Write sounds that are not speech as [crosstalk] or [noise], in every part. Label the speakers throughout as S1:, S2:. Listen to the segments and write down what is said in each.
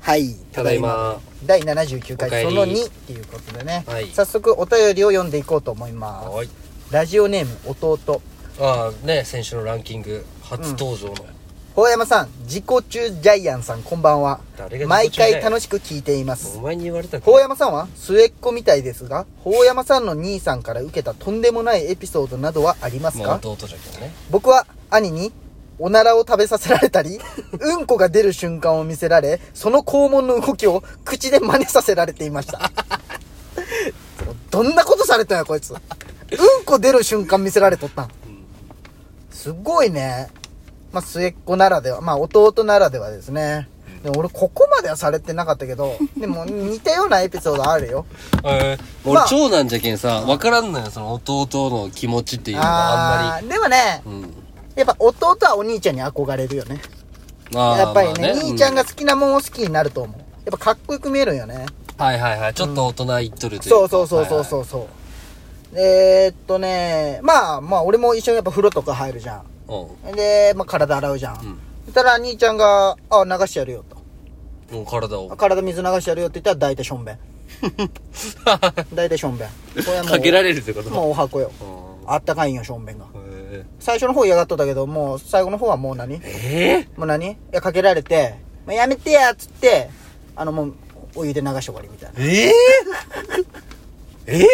S1: はい
S2: ただいま
S1: 第79
S2: おかえ
S1: 回そ
S2: り
S1: の2っていうことでね、
S2: はい
S1: 早速お便りを読んでいこうと思います
S2: はい
S1: ラジオネーム弟
S2: ああね先週のランキング初登場の、
S1: ほ山さん自己中ジャイアンさんこんばんは
S2: 誰が
S1: 毎回楽
S2: し
S1: しく聞いています
S2: お前に言われたら
S1: ほ山さんは末っ子みたいですがほ山さんの兄さんから受けたとんでもないエピソードなどはあります
S2: まあ
S1: か
S2: 弟じゃけどね
S1: 僕は兄におならを食べさせられた
S2: [laughs]
S1: りうんこが出る瞬間を見せられその肛門の動きを口で真似させられていましたどんなことされたんやこいつうんこ出る瞬間見せられとったんすごいねまあ末っ子ならではまあ弟ならではですねでも俺ここまではされてなかったけどでも似たようなエピソードあるよ
S2: えー、
S1: まあ
S2: 俺長男じゃけんさ分からんのよその弟の気持ちっていうのがあん
S1: ー
S2: ま
S1: でもね
S2: りうん
S1: やっぱ弟はお兄ちゃんに憧れるよね
S2: まあ
S1: やっぱりね,、
S2: まあ
S1: 兄ちゃんが
S2: う
S1: 好きなもんを好きになると思うやっぱかっこよく見えるんよね
S2: はいはいはいちょっと大人いっとるというか
S1: そうそうそうそうそうそう、えー、っとねまあまあ俺も一緒にやっぱ風呂とか入るじゃ
S2: はいはい
S1: んで、まあ、体洗うじゃん、
S2: うん
S1: そしたら兄ちゃんが「あ流してやるよ」と
S2: うんもう体を
S1: あ「体水流してやるよ」って言ったら大体しょんべん大体しょんべんこれはもう
S2: [laughs] かけられるってこと
S1: もうお箱よ
S2: う
S1: あったかいんよしょんべんが
S2: んへ
S1: 最初の方嫌がっとったけどもう最後の方はもう何
S2: ええ
S1: もう何いやかけられて「もうやめてや」っつってあのもうお湯で流して終わりみたいな
S2: ー、えー、え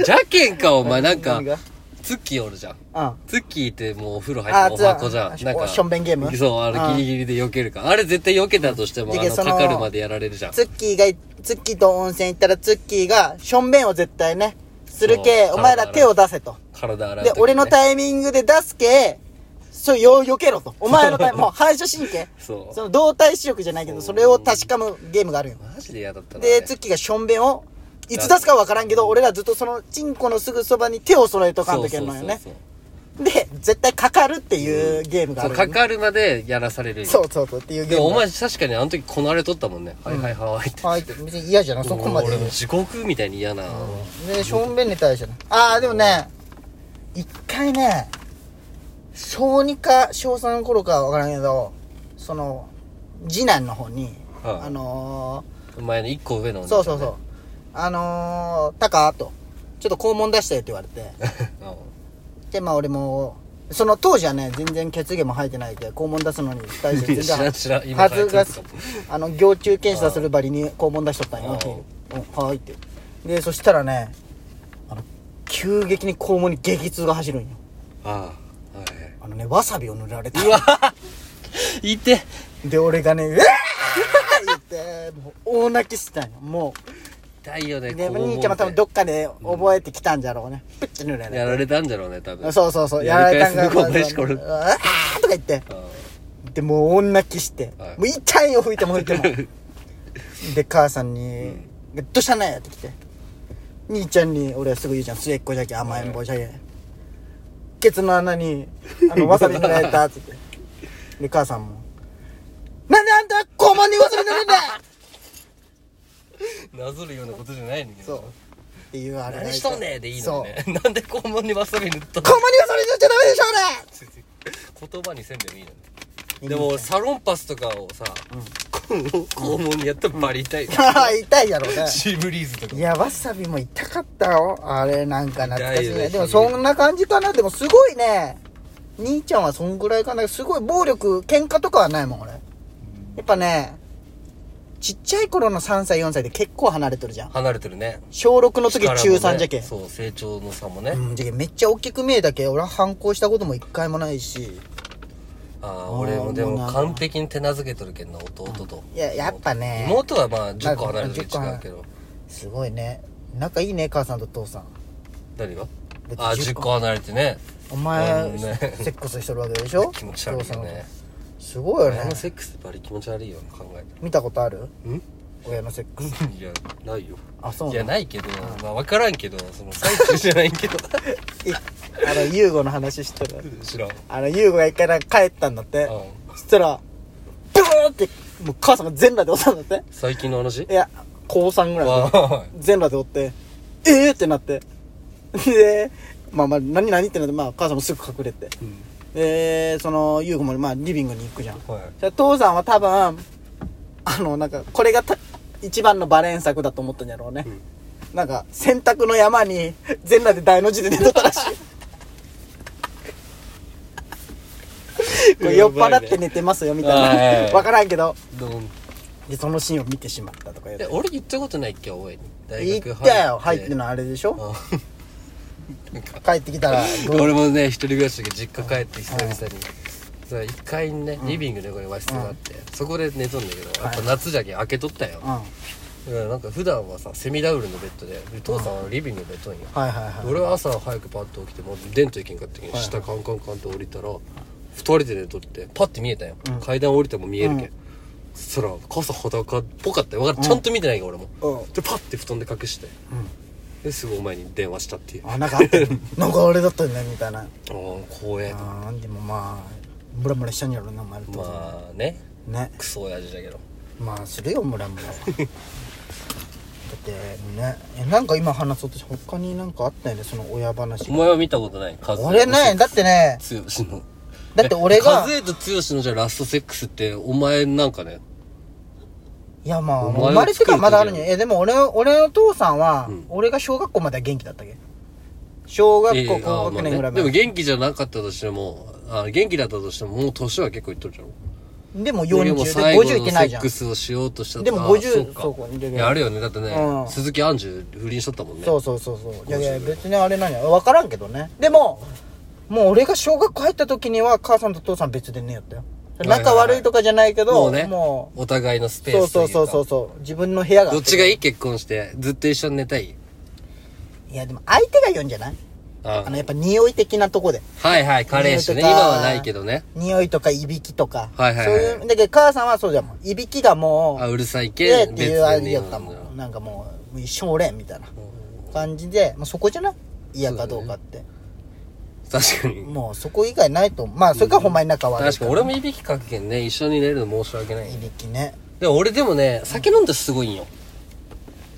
S2: ー、じゃけんかお前なんか
S1: 何が
S2: ツッキーおるじゃん
S1: うん
S2: ツッキーってもうお風呂入
S1: あ
S2: っ
S1: ー
S2: て
S1: つ
S2: お箱じゃ
S1: あ
S2: ん。なん
S1: お
S2: か。
S1: しょんべんゲーム
S2: そう、あ
S1: うん
S2: の、ギリギリで避けるから。あれ絶対避けたとしても、
S1: で
S2: あの、
S1: そ
S2: か
S1: の
S2: かるまでやられるじゃん。
S1: ツッキーがツッキーと温泉行ったらツッキーがしょんべんを絶対ねするけ
S2: そう
S1: お前ら手を出せと
S2: 体洗う時
S1: で
S2: にね。
S1: 俺のタイミングで出すけそれよう避け
S2: [laughs]
S1: ろとお前のタイもう反射神経
S2: そう
S1: その動体視力じゃないけどそれを確かむゲームがあるよ
S2: マジで嫌だったな。あ
S1: で
S2: れ
S1: ツッキーがしょんべんをいつ出すかわからんけど俺らずっとそのチンコのすぐそばに手を揃えとかんといけんのよね
S2: そうそうそう
S1: で絶対かかるっていうゲームがあ
S2: そう
S1: るよ
S2: か
S1: ね
S2: かるまでやらされる。
S1: そうそうそうっていうゲ
S2: で
S1: ー
S2: も、
S1: ム
S2: お
S1: が
S2: 前確かにあの時こなれとったもんね。はいはいはいって。
S1: はい別に嫌じゃないそこまで
S2: 俺も地獄みたいに嫌な。
S1: でしょんべんに対してねああでもね一回ね小2か小3の頃かは分からんけどその次男の方に、
S2: はい
S1: あの
S2: お前の一個上の。
S1: ーそうそうそうあのー「タカ」と「ちょっと肛門出して」って言われて
S2: うん。
S1: でまあ俺もその当時はね全然血毛も生えてないで肛門出すのに対して全
S2: 知らん
S1: 然
S2: 知らん今
S1: 恥ずか
S2: 生え
S1: して
S2: るかも
S1: あの行中検査するばりに肛門出しとったんよ
S2: あー
S1: 「うんはーい」ってでそしたらねあの急激に肛門に激痛が走るんよ
S2: ああ。はいはい。
S1: あのねわさびを塗られた
S2: うわいて。
S1: で俺がね「うわー!」言ってもう大泣きしたんよも
S2: 痛いよね、
S1: うで
S2: 肛門
S1: 兄ちゃんも多分どっかで覚えてきたんじゃろうねプッて塗られ
S2: や
S1: て
S2: られたんじゃろうね、多分。
S1: そうそうそうや
S2: や
S1: ら
S2: ら
S1: れ
S2: れ
S1: た
S2: た
S1: ん
S2: ん
S1: が
S2: が
S1: うわ
S2: 返すごい
S1: ーとか言ってでもう大泣きして、
S2: はい
S1: もう痛いよ吹いても吹い
S2: [laughs]
S1: てもで母さんに「どうしたんや?」って来て兄ちゃんに俺はすぐ言うじゃん末っ子じゃけ甘えん坊じゃけケツの穴にあのわさび塗られたって言ってで母さんも「なんであんた肛門にわさび塗るんだ!」
S2: なぞるようなことじゃないんだけ
S1: そうっ
S2: ど。
S1: ていうあれが
S2: 何しとんねんでいいのに
S1: そう
S2: ね。 [laughs] なんで肛門にわさび塗った
S1: 肛門にわさび塗っちゃダメでしょ
S2: の言葉にせんでもいいの
S1: 俺
S2: に。でも、俺サロンパスとかをさ、肛門にやったらバリ痛い。
S1: あー [laughs] 痛いやろうね
S2: シーブリーズとか
S1: い。や、わさびも痛かったよ。あれ、なんか懐かしい
S2: 痛いよ
S1: ね。
S2: ね
S1: でも、そんな感じかな。でも、すごいね。兄ちゃんはそんぐらいかな。すごい暴力、喧嘩とかはないもん、俺。やっぱね、ちっちゃい頃の3歳、4歳で結構離れてるじゃん。
S2: 離れてるね。
S1: 小6の時、
S2: 力もね
S1: 中3じゃけ。
S2: そう、成長の差もね
S1: う。ん、じゃけめっちゃ大きく見えたけ。俺は反抗したことも一回もないし。
S2: ああ、俺もで
S1: もう
S2: も
S1: な
S2: 完璧に手なずけとるけんな、弟と。
S1: いややっぱね
S2: 妹はまあ、10個離れてるけど
S1: まあ
S2: 違
S1: 10
S2: うけど。
S1: すごいね。仲いいね、母さんと父さん。
S2: 何が
S1: だって
S2: ああ、10個離れてね。
S1: お前、
S2: うん
S1: セ
S2: ね
S1: ックスしてるわけでしょ
S2: [laughs] 気持ち悪いよね。
S1: 父さんすごいよ
S2: 親
S1: ね
S2: の。セックスってバリ気持ち悪いよな考え
S1: 見たことある
S2: たらん
S1: 親のセックス。
S2: いやないよ
S1: [laughs] あ、そう
S2: いや
S1: なの
S2: ないけど、まあ分からんけどその最中じゃないけど
S1: [laughs] いあの、ユーゴの話してる。
S2: 知ら [laughs] ん、うん、
S1: あの、ユーゴが一回なんか帰ったんだって。そしたら、ブーンって、もう母さんが全裸でおったんだって。
S2: 最近の話
S1: いや、高3ぐらいの時
S2: あ
S1: 全裸でおって、えーってなって。で、まあまあ、何何ってなって、まあ母さんもすぐ隠れて。
S2: うん
S1: で、その、ユーゴもまあリビングに行くじゃん。
S2: はい
S1: じゃあ父さんは多分、あのなんかこれがた一番のバレン作だと思ったんやろうね、
S2: うん
S1: なんか洗濯の山に全裸で大の字で寝とったらし
S2: [laughs]
S1: いこれ酔っ払って寝てますよみ
S2: やば
S1: た
S2: いねはいいは
S1: ない分からんけど
S2: どん
S1: でそのシーンを見てしまったとか言っ
S2: え
S1: て
S2: 俺言ったことないっけおい大
S1: 行
S2: 学
S1: ったよ入って
S2: い
S1: のあれでしょ
S2: なんか
S1: 帰ってきたらどう
S2: [laughs] 俺もね一人暮らしで実家帰って久々にさ一階にねリビングでこれ和室があってそこで寝とんだけどやっぱ夏じゃけん開けとったよ
S1: うんはい
S2: だからなんか普段はさセミダブルのベッドでで父さんはリビングのベッドに
S1: はいはい
S2: 俺は朝早くパッと起きてもう電灯行けんかったけん下カンカンカンと降りたら二人で寝とってパッて見えたよ階段降りても見えるけんそしたら傘裸っぽかったよわかるちゃんと見てないよ俺も
S1: うん
S2: でパッて布団で隠してですぐお前に電話したっていうあ
S1: あなんかあったよ
S2: [laughs]
S1: なんか俺だったんだみたいな
S2: あー怖えと
S1: あーでもまあムラムラしちゃうんやろなお前らと、
S2: まあね
S1: ね
S2: クソ親父だけど
S1: まあするよムラムラはだってねえなんか今話そうとして他になんかあったよねその親話
S2: お前は見たことない数
S1: 俺ねだってね
S2: 剛の
S1: だって俺が
S2: 和江と剛のじゃあラストセックスってお前なんかね
S1: いやまあ
S2: お前を
S1: 生まれてからまだあるに
S2: 作
S1: え
S2: る時
S1: でも俺の俺の父さんは、
S2: うん
S1: 俺が小学校までは元気だったっけ小学
S2: ええ
S1: 校
S2: あ
S1: 高
S2: ーま
S1: 学
S2: あ
S1: 年ぐら
S2: ね
S1: いまで、
S2: でも元気じゃなかったとしてもあ元気だったとしてももう年は結構いっとるじゃろ
S1: でも
S2: で
S1: 40
S2: も
S1: で
S2: 最後のセ
S1: 50いけないじ
S2: ッ
S1: ゃん
S2: クスをしようとしたとか
S1: でも50
S2: そうか
S1: そうかいるよ
S2: いやあるよねだってね、
S1: うん
S2: 鈴木杏樹不倫しとったもんね
S1: そうそうそうそういやいや別にあれなんや分からんけどねでももう俺が小学校入った時には母さんと父さん別でねよったよ
S2: いはいはい
S1: 仲悪いとかじゃないけど、
S2: もうね
S1: も
S2: お互いのス
S1: う
S2: ペ
S1: そ
S2: ー
S1: う
S2: スと
S1: そ
S2: いううか
S1: そうそうそう自分の部屋が
S2: どっちがいい結婚してずっと一緒に寝たい
S1: いやでも相手が言うんじゃない
S2: あ
S1: あのやっぱ匂い的なとこで
S2: はいはい彼氏ね
S1: と
S2: 今
S1: か
S2: はないけどね
S1: 匂いとかいびきとか、
S2: はいはい
S1: そう
S2: はい
S1: いうだけど母さんはそうじゃんもんいびきがも
S2: あ
S1: う
S2: うるさい
S1: 嫌い
S2: け
S1: っていうあれ
S2: ね
S1: やったもんなんかもう一生れんみたいな感じで、まあ、そこじゃない嫌かどうかって
S2: 確かに
S1: もうそこ以外ないと思うまあそれからほんまに仲悪いら
S2: 確かに俺もいびきかくけんね一緒に寝るの申し訳ない
S1: いびきね
S2: でも俺でもね酒飲んだらすごいんよ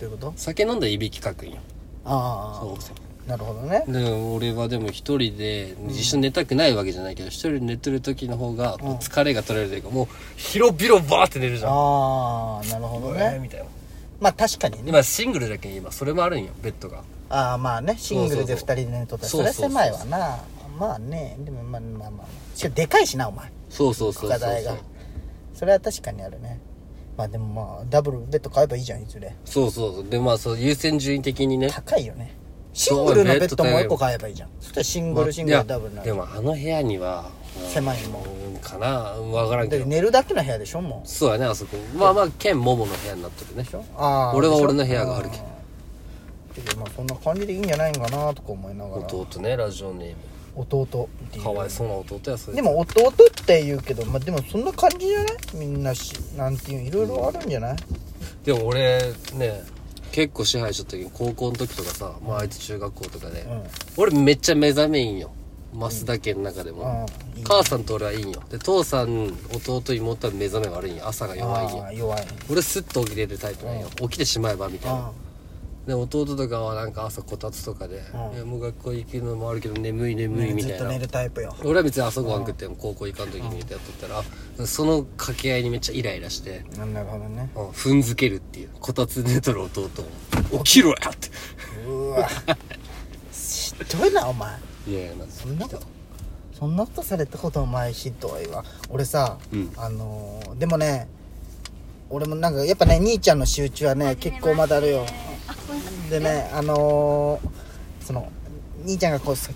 S1: どういうこと
S2: 酒飲んだらいびきかくんよ
S1: あ
S2: そうそう
S1: あなるほどね
S2: で俺はでも一人で一緒に寝たくないわけじゃないけど一人で寝てる時の方がこう疲れが取れるというかもう広々バーって寝るじゃん
S1: ああなるほど
S2: えー
S1: ね
S2: みたいな
S1: まあ確かにね
S2: 今シングルだけん今それもあるんよベッドが
S1: ああまあねシングルで2
S2: そうそうそう
S1: 人で寝とったらそ
S2: そう
S1: れ
S2: そ
S1: は
S2: うそう
S1: 狭いわなまあねでもまあまあまあしかもでかいしなお前
S2: そうそうそう
S1: 課
S2: そうそう
S1: 題がそれは確かにあるねまあでもまあダブルベッド買えばいいじゃんいずれ
S2: そうそうそうでまあそう優先順位的にね
S1: 高いよねシ
S2: そ
S1: ン
S2: う
S1: グルのベッドも
S2: ベッド高い
S1: 1個買えばいいじゃんそしたらシングルシングルダブルにな
S2: まあいやで
S1: る
S2: もあの部屋には
S1: 狭いもん
S2: うんかなわからんけ
S1: で
S2: ど
S1: 寝るだけの部屋でしょもう
S2: そうやねあそこまあまあ兼モモの部屋になってるね
S1: ああ
S2: 俺は俺の部屋があるけど
S1: けどまあそんな感じでいいんじゃないんかなとか思いながら
S2: 弟ねラジオネー
S1: 弟ってい
S2: ム
S1: う
S2: かわいそうな弟やそれ
S1: でも弟って言うけどまあでもそんな感じじゃないみんなしなんていういろいろあるんじゃない
S2: でも俺ね結構支配しとった時高校の時とかさ、まあ、あいつ中学校とかで、
S1: うん
S2: 俺めっちゃ目覚めいいんよ増田家の中でも、
S1: うんいい
S2: 母さんと俺はいいんよで父さん弟妹は目覚め悪いんよ朝が弱いん
S1: あ
S2: よ
S1: あ弱い
S2: 俺スッと起きれるタイプなんよ、起きてしまえばみたいな
S1: あ
S2: で弟とかはなんか朝こたつとかで、
S1: うん
S2: いやもう学校行くのもあるけど眠い
S1: あ
S2: 眠いみ
S1: ず
S2: た
S1: っ
S2: い
S1: と
S2: な
S1: 寝るタイ
S2: [laughs]
S1: プよ
S2: 俺は別に朝ごはん食っても高校行かん時にやっとったら、その掛け合いにめっちゃイライラして、
S1: なるほどね
S2: うん踏んづけるっていうこたつ寝とる弟を起きろやって
S1: う
S2: [laughs]
S1: わひどいなお前
S2: いやいやなんそ
S1: そんなことそんなことされたことお前ひどいわ俺さ、
S2: うん
S1: あのーでもね俺もなんかやっぱね兄ちゃんの仕打ちはね結構まだあるよでねあのーその兄ちゃんがこうさ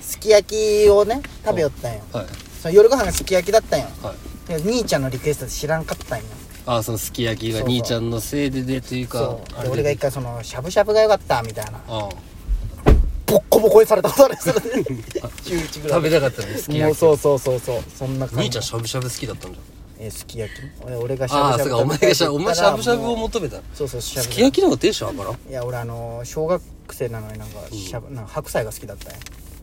S1: すき焼きをね食べよったんよ
S2: はい
S1: その夜ご飯がすき焼きだったんよ
S2: はい
S1: で兄ちゃんのリクエストで知らんかったんよ
S2: ああそのすき焼きが
S1: そうそう
S2: 兄ちゃんのせいででというか
S1: そう
S2: あ
S1: で
S2: れ
S1: 俺が
S2: で
S1: 一回そのしゃぶしゃぶが良かったみたいな
S2: ああ
S1: ボッコボコにされたことあるんですよ11ぐらい
S2: 食べたかったねすき
S1: もう
S2: 焼き
S1: そうそうそうそうそんな感じ
S2: 兄ちゃんしゃぶしゃぶ好きだったんじゃ
S1: えーすき焼き俺俺がし
S2: んあ
S1: ゃ
S2: あ
S1: ぶしゃ
S2: そう
S1: ぶ
S2: かお前がしゃお前しゃぶしゃぶを
S1: もう
S2: 求めたの
S1: そうそうしゃぶ
S2: す
S1: しゃぶ
S2: き焼きの方がテンション上がらん
S1: いや俺あのー小学生なのになんかしゃぶ、なんか白菜が好きだったんや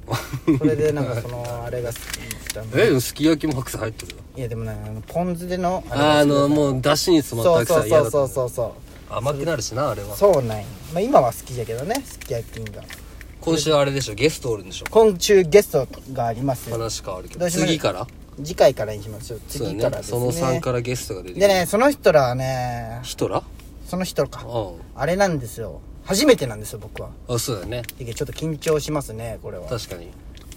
S2: [laughs]
S1: それでなんかそのあれが好きだったん
S2: え
S1: や
S2: でもすき焼きも白菜入ってるよ
S1: いやでもねあのポン酢での
S2: ああ
S1: れが好きだ
S2: の
S1: っ
S2: もうだしに詰まった
S1: たそ
S2: 白菜
S1: う
S2: 嫌
S1: そ
S2: だ
S1: うそう
S2: ったんだ
S1: そうそう
S2: 甘くなるしなあれは
S1: そうなんやまあ今は好きやけどねすき焼きが
S2: 今週あれでしょゲストおるんでしょ
S1: 今週ゲストがありますよ
S2: 話変わるけ
S1: ど
S2: ど
S1: うしましょう
S2: 次から
S1: 次回からにしましょう次
S2: そう
S1: か
S2: だ
S1: ら
S2: ね
S1: です
S2: そ
S1: ね
S2: の3からゲストが出て
S1: でねその人らはね
S2: ヒトラー
S1: その人か
S2: う
S1: あれなんですよ初めてなんですよ僕は
S2: んあそうだね
S1: だけどちょっと緊張しますねこれは
S2: 確かに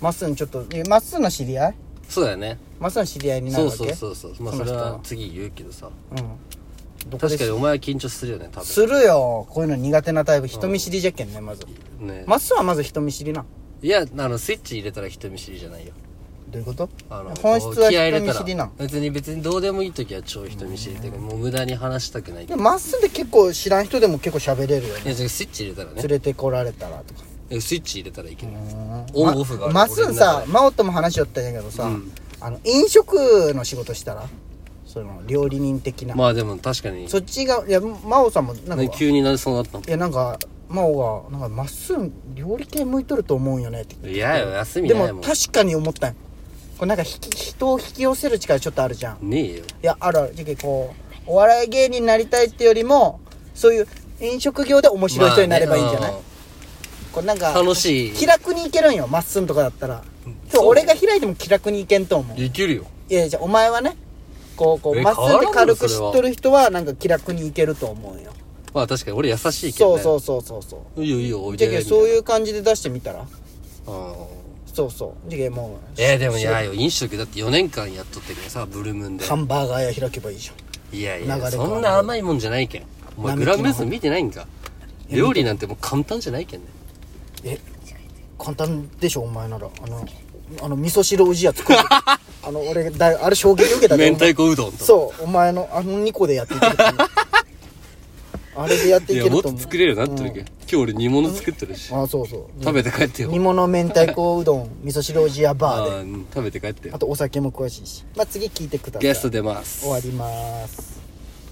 S1: まっすーのちょっとえまっすーの知り合い
S2: そうだよね
S1: まっすーの知り合いにな
S2: そ
S1: る
S2: う
S1: わけ
S2: そうそうそうまあ
S1: その
S2: それ
S1: 人は
S2: は次言うけどさ
S1: うんどこで
S2: 確
S1: す
S2: かにお前は緊張するよね多
S1: するよこういうの苦手なタイプ人見知りじゃけんねまず
S2: 分ね
S1: まっすーはまず人見知りない
S2: やあのスイッチ入れたら人見知りじゃないよ
S1: どういうこと
S2: あの
S1: 本質
S2: こ
S1: は
S2: う気合い
S1: 人
S2: 入れ
S1: 見
S2: た
S1: 知り
S2: ら
S1: なん
S2: 別に別にどうでもいい時は超人見知りっていうかもう無駄に話したくないけ
S1: で
S2: ど
S1: もまっすーで結構知らん人でも結構喋れるよ
S2: い
S1: ね
S2: やじゃあスイッチ入れたらね
S1: 連れてこられたらとか
S2: えスイッチ入れたらいけないオ
S1: ま
S2: ンオフがある
S1: まっすーさ
S2: 俺の中で
S1: 真央とも話しよったんやけどさ、
S2: うん
S1: あの飲食の仕事したらその料理人的な、
S2: まあでも確かに
S1: そっちがいや真央さんもなんか、
S2: ね
S1: い
S2: 急になりそうになったの
S1: やなんか真央が「なんかまっすー料理系向いとると思うんよね」って
S2: いやよ休み
S1: で
S2: ないも
S1: も
S2: ん
S1: 確かに思ったんよこれなんか引き人を引き寄せる力ちょっとあるじゃん
S2: ねえよ
S1: いやあるあるじゃけこうお笑い芸人になりたいってよりもそういう飲食業で面白い人になればいいんじゃない、
S2: まあね
S1: こうなんか
S2: うん楽しい
S1: 気楽にいけるんよまっすんとかだったらそう俺が開いても気楽にいけんと思う
S2: いけるよ
S1: いやじゃあお前はねこうこう
S2: え
S1: まっすんで
S2: 変わらん
S1: 軽
S2: の
S1: く知っとる人はなんか気楽にいけると思うよ
S2: まあ確かに俺優しいけど
S1: そう
S2: ね
S1: そううそうそうそう
S2: いいよいいよおい
S1: じ
S2: で
S1: ゃけ
S2: みた
S1: そう
S2: い
S1: いう感じで出してみたら
S2: なうん
S1: そうそうじゃけもう
S2: えーでもいやよ飲食だって4年間やっとったけどさブルムンで
S1: ハンバーガー屋開けばいいじゃん
S2: いやい
S1: 流れ
S2: や
S1: 変わる
S2: そんな甘いもんじゃないけんお前
S1: 並木
S2: グ
S1: の
S2: ランベース見てないんか料理なんてもう簡単じゃないけんね
S1: え簡単でしょお前ならあのあの味噌汁おじや
S2: [laughs]
S1: 作るあの俺だあれ衝撃受けたで
S2: 明太子うどんと
S1: そうお前のあの2個でやっていけると思うあれでやってい
S2: い
S1: け
S2: や
S1: ると
S2: も
S1: 思
S2: っ
S1: う
S2: と作れるようになってるけん今日俺煮物作ってるし
S1: あそうそう
S2: 食べて帰ってよ
S1: 煮物明太子うどん味噌汁おじやバーで
S2: あーうん食べて帰ってよ
S1: あとお酒も詳しいしまあ次聞いてください
S2: ゲスト出ます
S1: 終わります